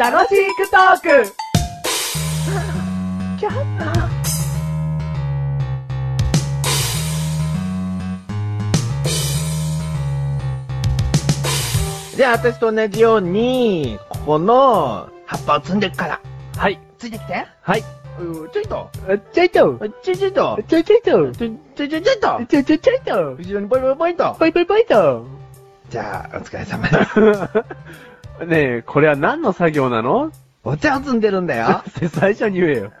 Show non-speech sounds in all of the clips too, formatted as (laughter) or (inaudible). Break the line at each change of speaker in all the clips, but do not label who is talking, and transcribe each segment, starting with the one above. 楽しくトーク
じゃあ、私と同じように、この、葉っぱを摘んでいくから。
はい。
ついてきて。
はい。
うーちょいと。
ちょいと
ちょいちょいと。
ちょいちょいと
ちょいちょいちょいちょいと。
ちょいちょいちょいと
後ろにポイポイポイと。
ぽいぽいぽいと
じゃあ、お疲れ様。
(laughs) ねえ、これは何の作業なの
お茶を摘んでるんだよ。
(laughs) 最初に言えよ。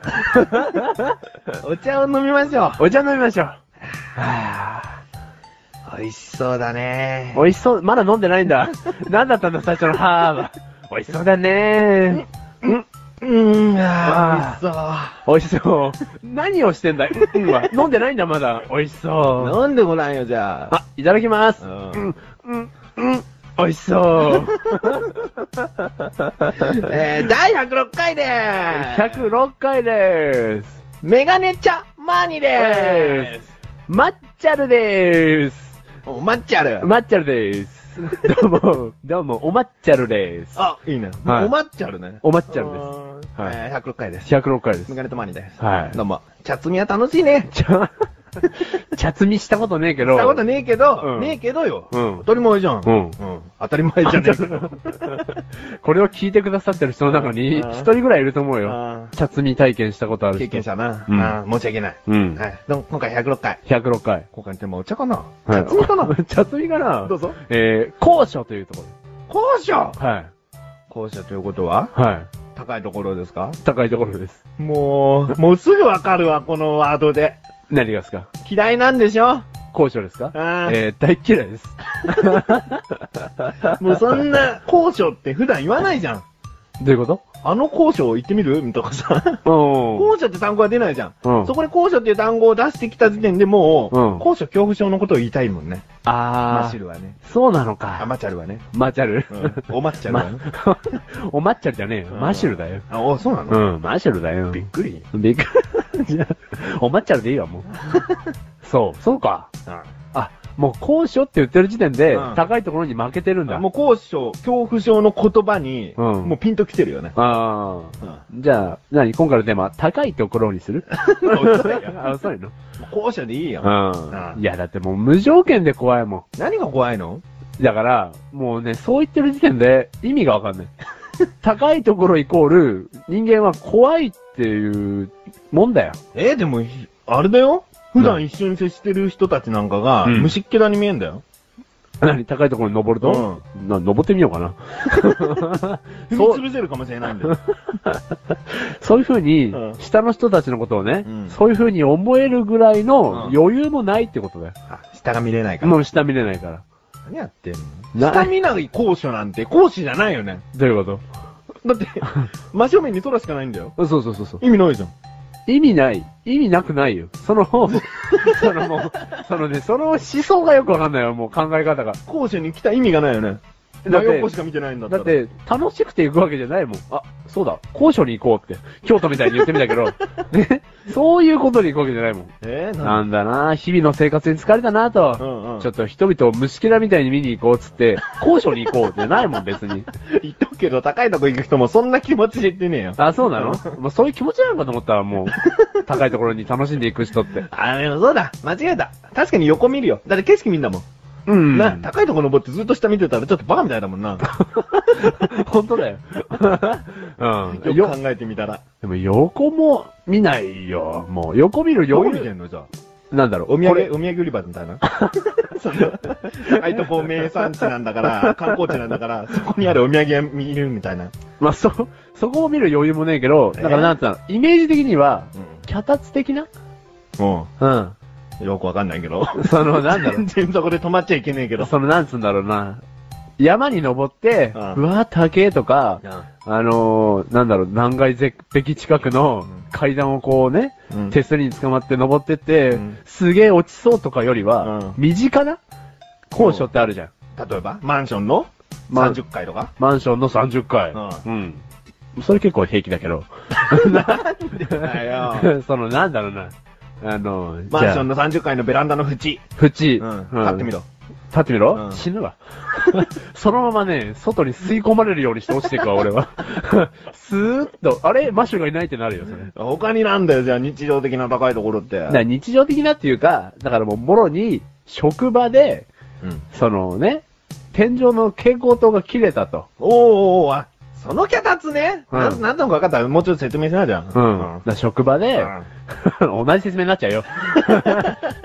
お茶を飲みましょ
お茶飲みましょう。は
う。美味しそうだね
ぁ。。美味しそう、まだ飲んでないんだ。何だったんだ、最初のハーバー。美味しそうだね
うーん、あ
あ
ー
美味しそう。何をしてんだいうんは飲んでないんだ、まだ。美味し
美味し
そう。
そう。飲んでごらんよ、じゃあ。
あ、いただきます。
う
うんん、うん、うん。美味しそう。
えー、第106回でーす。
106回でーす。
メガネ茶マーニーでーす。
マッチャルでーす。
お、マッチャル。
マッチャルでーす。どうも、どうも、おマッチャルでーす。
あ、いいね。
はい
おマッチャルね。
お
マ
マッチャル
です
はい
えー、106回で。
ですす。106回です
メ。ガネとマーニーです。
はい
どうも。茶摘みは楽しいね。
ちゃ、茶摘みしたことねえけど。
したことねえけど、
うん
ねえけどよ。
うん
当たり前じゃん。
うん
当たり前じゃねえかよ。
これを聞いてくださってる人の中に、
うん
一人ぐらいいると思うよ。
あ
茶摘み体験したことあ
ー
る人。
経験者な。
うん
あー申し訳ない。
うん
は。い。でも今回106回。
106回。
今回のテーマお茶かな
はい
茶摘みかな
茶摘みかな
どうぞ。
えー、高所というところ
校舎
です。はい。
校舎ということは
は
高いところですか
い。高いところです。
もう、もうすぐわかるわ、このワードで。
何がですか
嫌いなんでしょ
高所ですか
あー
えー、大嫌いです。
もうそんな、校舎って普段言わないじゃん。
どういうこ
あの校舎行ってみるとかさ。
とお
校舎って単語が出ないじゃん。
うん
そこで校舎っていう単語を出してきた時点でもう、
うん
高所恐怖症のことを言いたいもんね。マ
あ
シ
ー、
ルはね。
そうなの
あ、
か。
マチャルはね。
マチャル (laughs)
うん。おマッチャルは
ま
ね。、
(laughs) おマッチャルじゃねえよ。
うん
マシュルだよ。
あ、お、そうなの
うん、マシュルだよ。
びっくり。
びっくり。じゃあ、 (laughs) お抹茶でいい
(laughs)
わ、もう。そう、そうか。あ、もう高所って言ってる時点で、
うん
高いところに負けてるん
あ
だ。
もう高所恐怖症の言葉に、
うん
もうピンときてるよね。
ああ。 (laughs)
うん。
じゃあ、何今回のテーマ、高いところにする
(laughs) 嘘だよ
あ、遅いの
高所でいいよ。う
うんん。いや、だってもう無条件で怖いも
何が怖いの
ん。だから、もうね、そう言ってる時点で意味がわかんない。 (laughs) 高いところイコール、人間は怖いっていうもんだよ。
えーでも、ひあれだよ普段一緒に接してる人たちなんかが、
うん
虫っ気だに見えんだよ。
何高いところに登ると、な登ってみようかな。
踏
そう
み潰せるかもしれないん
(laughs)
だよ。
そういうふうに
うん、
下の人たちのことをね、
うん
そういうふうに思えるぐらいの
うん
余裕もないってことだよ。
あ下が見れないから。
もう下見れないから。
何やってんの
な
下見ない高所なんて高所じゃないよね。
どういうこ
だ
(laughs)
って、真正面に空しかないんだよ。
とそうそうそうそう。
意味ないじゃん。
意味ない。意味なくないよ。その、 (laughs) そのもう、そのね、その思想がよくわかんないよ、もう考え方が。
高所に来た意味がないよね。真
だって
横しか見てないんだった
だ
ら。
って、楽しくて行くわけじゃないもん。あ、そうだ、高所に行こうって、京都みたいに言ってみ
(laughs)
たけど、ね、そういうことに行くわけじゃないもん。
えー、
なんんだな日々の生活に疲れたなと。
うんうん。
ちょっと人々を虫けらみたいに見に行こうっつって、高所に行こうじゃないもん別
(laughs)
に。
言っとくけど、高いとこ行く人もそんな気持ちで言ってねえよ。
あ、そうなのもうそういう気持ちなのかと思ったわ、も
(laughs)
う。高いところに楽しんでいく人って。
あ、でもそうだ。間違えた。確かに横見るよ。だって景色見んだもん。
うん
な、高いとこ登ってずっと下見てたらちょっとバカみたいだもんな。
本当
(laughs)
だよ。うん。
よ
(laughs) よ
く、考えてみたら。
でも横も見ないよ。もう横見る
どこ
余
見て
裕。
んのじゃあ。
なんだろう。
お土
こ
産、
れ
お土産売り場みたいな。 (laughs) その、高いとこ名産地なんだ (laughs) から、観光地なんだから、そこにあるお土産屋見るみたいな。
まあ、そ、 (laughs) そこを見る余裕もねえけど、だか
え
らなんつうの、イメージ的には、
う。
脚立的なん
う
うん。
ん。よくわかん (laughs) ないけど。
その、なんだろう
全。然そこで止まっちゃいけねえけど。
その、なんつうんだろうな。山に登って、
うん
うわ、高えとか、あのー、なんだろう、断崖絶壁近くの
うん
階段をこうね、
うん
手すりに捕まって登ってって、
うん
すげえ落ちそうとかよりは、
う
身近な高所ってあるじゃん。
例えば、マンションの
まあ
30階とか。
マンションの30階。
う
うん。それ結構平気だけど。
だよ
(laughs) その、なんだろうな。あのー、
(laughs) マンション
の
の30階のベランダの縁。
縁、
うん。
うん
買ってみろ。
立ってみろ、
うん
死ぬわ。 (laughs) そのままね、外に吸い込まれるようにして落ちてい
(laughs)
くわ、俺は。 (laughs) スーッと、あれマシュがいないってなるよ、それ。
他になんだよ、じゃあ日常的な高いところって。
だから日常的なっていうか、だからもう、もろに、職場で、
うん。
そのね、天井の蛍光灯が切れたと。
おーおーおーあ、その脚立ね。
うん
なん、なんとか分かった。もうちょっと説明しなじゃん。
うん。だから職場で、
う
(laughs) 同じ説明にな
(laughs)
っちゃうよ。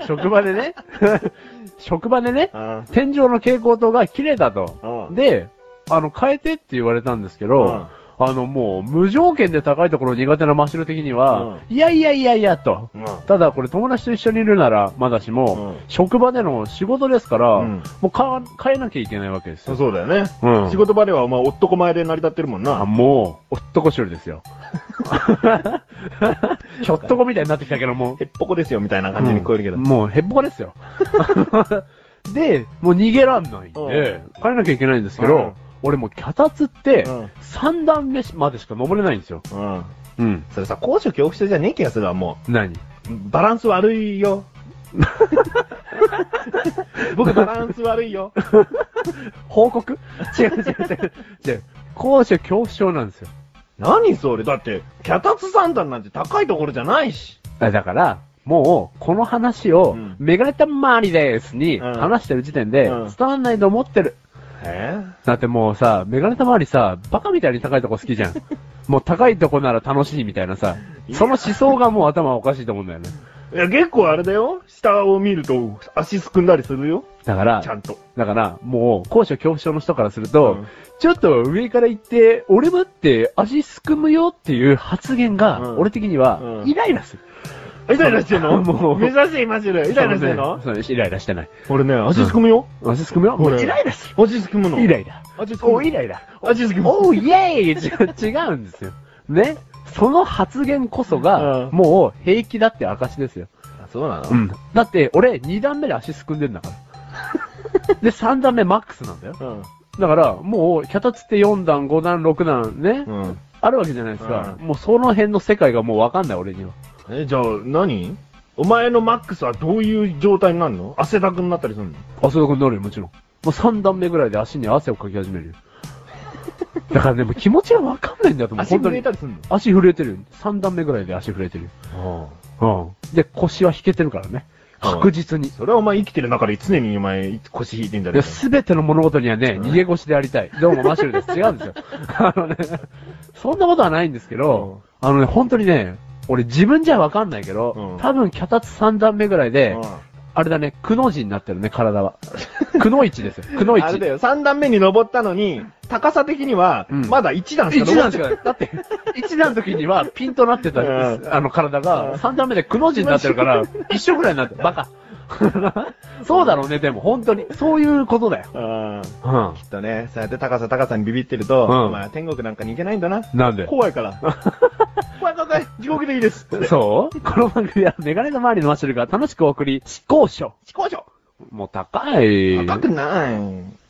職場でね、職場でね、
ん。
天井の蛍光灯が切れたと。
うん。
で、あの、変えてって言われたんですけど、
うん
あの、もう、無条件で高いところ苦手なマシュル的には、いやいやいやいや、と。
うん。
ただ、これ友達と一緒にいるなら、まだしも、
うん
職場での仕事ですから、
うん
もうか変えなきゃいけないわけです
そ
よ。
そうだよね。
うん
仕事場ではお前男前で成り立ってるもん
あ、
な。
もう、おっとこしゅるで
(laughs)
すよ。 (laughs) ひょっとこみたいになってきたけども。
へっぽこですよみたいな感じに聞こえるけど。
うんもうへっぽかで
(laughs)
すよ。で、もう逃げらんないんで、帰らなきゃいけないんですけど、
うん
俺もう脚立って
うん、
三段目までしか登れないんですよ。
うん。
うん。
それさ、高所恐怖症じゃねえ気がするわ、も
何
う。バランス悪い
(laughs)
よ。僕バランス悪いよ。(laughs)
報告違う違う違う。違う。高所恐怖症なんですよ。
何それだって、脚立三段なんて高いところじゃないし。
あだから、もう、この話を、
うん
メガネたまりですに、
うん
話してる時点で、
うん
伝わんないと思ってる。
え
だってもうさ、メガネたまわりさ、バカみたいに高いとこ好き
(laughs)
じゃん。もう高いとこなら楽しいみたいなさ、その思想がもう頭おかしいと思うんだよね。
いや、結構あれだよ。下を見ると足すくんだりするよ。
だから
ち、ゃんと。
だから、もう、高所恐怖症の人からすると、
うん
ちょっと上から行って、俺もって足すくむよっていう発言が、
うん
俺的には、
うん
イライラする。
イライラしてんの
(laughs) もう
珍しい、マジで。イライラしてんの
そうねそうイライラしてない。
俺ね、足すくむよ。
足すくむよもう
俺
イライラする。
足すくむの。
イライラ。
足すくむ。
おイライラ。
足すくむ。
おう、イェーイ違う違うんですよ。ね。その発言こそが、
うん
もう平気だって証ですよ。
あそうなの
うん。だって、俺、2段目で足すくんでんだ
(laughs)
から。で、3段目マックスなんだよ。
うん。
だから、もう、脚立って4段、5段、6段ね、
うん。
あるわけじゃないですか。
う
もうその辺の世界がもうわかんない、俺には。
え、じゃあ何お前のマックスはどういう状態になるの汗だくになったりするの
あ、そうだ、なるよ、もちろん。もう3段目ぐらいで足に汗をかき始
(laughs)
めるよ。だからね、もう気持ちがわかんないんだと思う。
足
本当
震え
に。
たりするの
足震えてるよ。3段目ぐらいで足震えてるよ。うん。で、腰は引けてるからね。確実に。
それはお前生きてる中で常にお前腰引いてんだ
いや、
よ。
すべての物事にはね、
うん
逃げ腰でありたい。どうも、マシュ
(laughs)
ルです。違うんですよ。あのね、そんなことはないんですけど、あのね、本当にね、俺自分じゃわかんないけど、
うん
多分脚立3段目ぐらいで、
う
あれだね、くの字になってるね、体は。 (laughs) くの一ですよ。くの
ん
一。
あれだよ、3段目に登ったのに、高さ的には、
うん
まだ1段しか
一
登っ
段
て
しかない。だって、一段の時にはピンとなってた、
う
あの体
うん
が、三段目でくの字になってる
(laughs)
から、一緒ぐらいになってる。バカ。 (laughs) そうだろうね、でも、本当に。そういうことだよ。
うん
うん。
きっとね、そうやって高さ高さにビビってると、
うん
お前天国なんかに行けないんだな。
なんで
怖い (laughs) から。怖い怖い怖い、地獄でいいです。
そう (laughs) この番組はメガネの周りのマッシュルが楽しくお送り、思考書。
飛行場
もう高い。
高くない。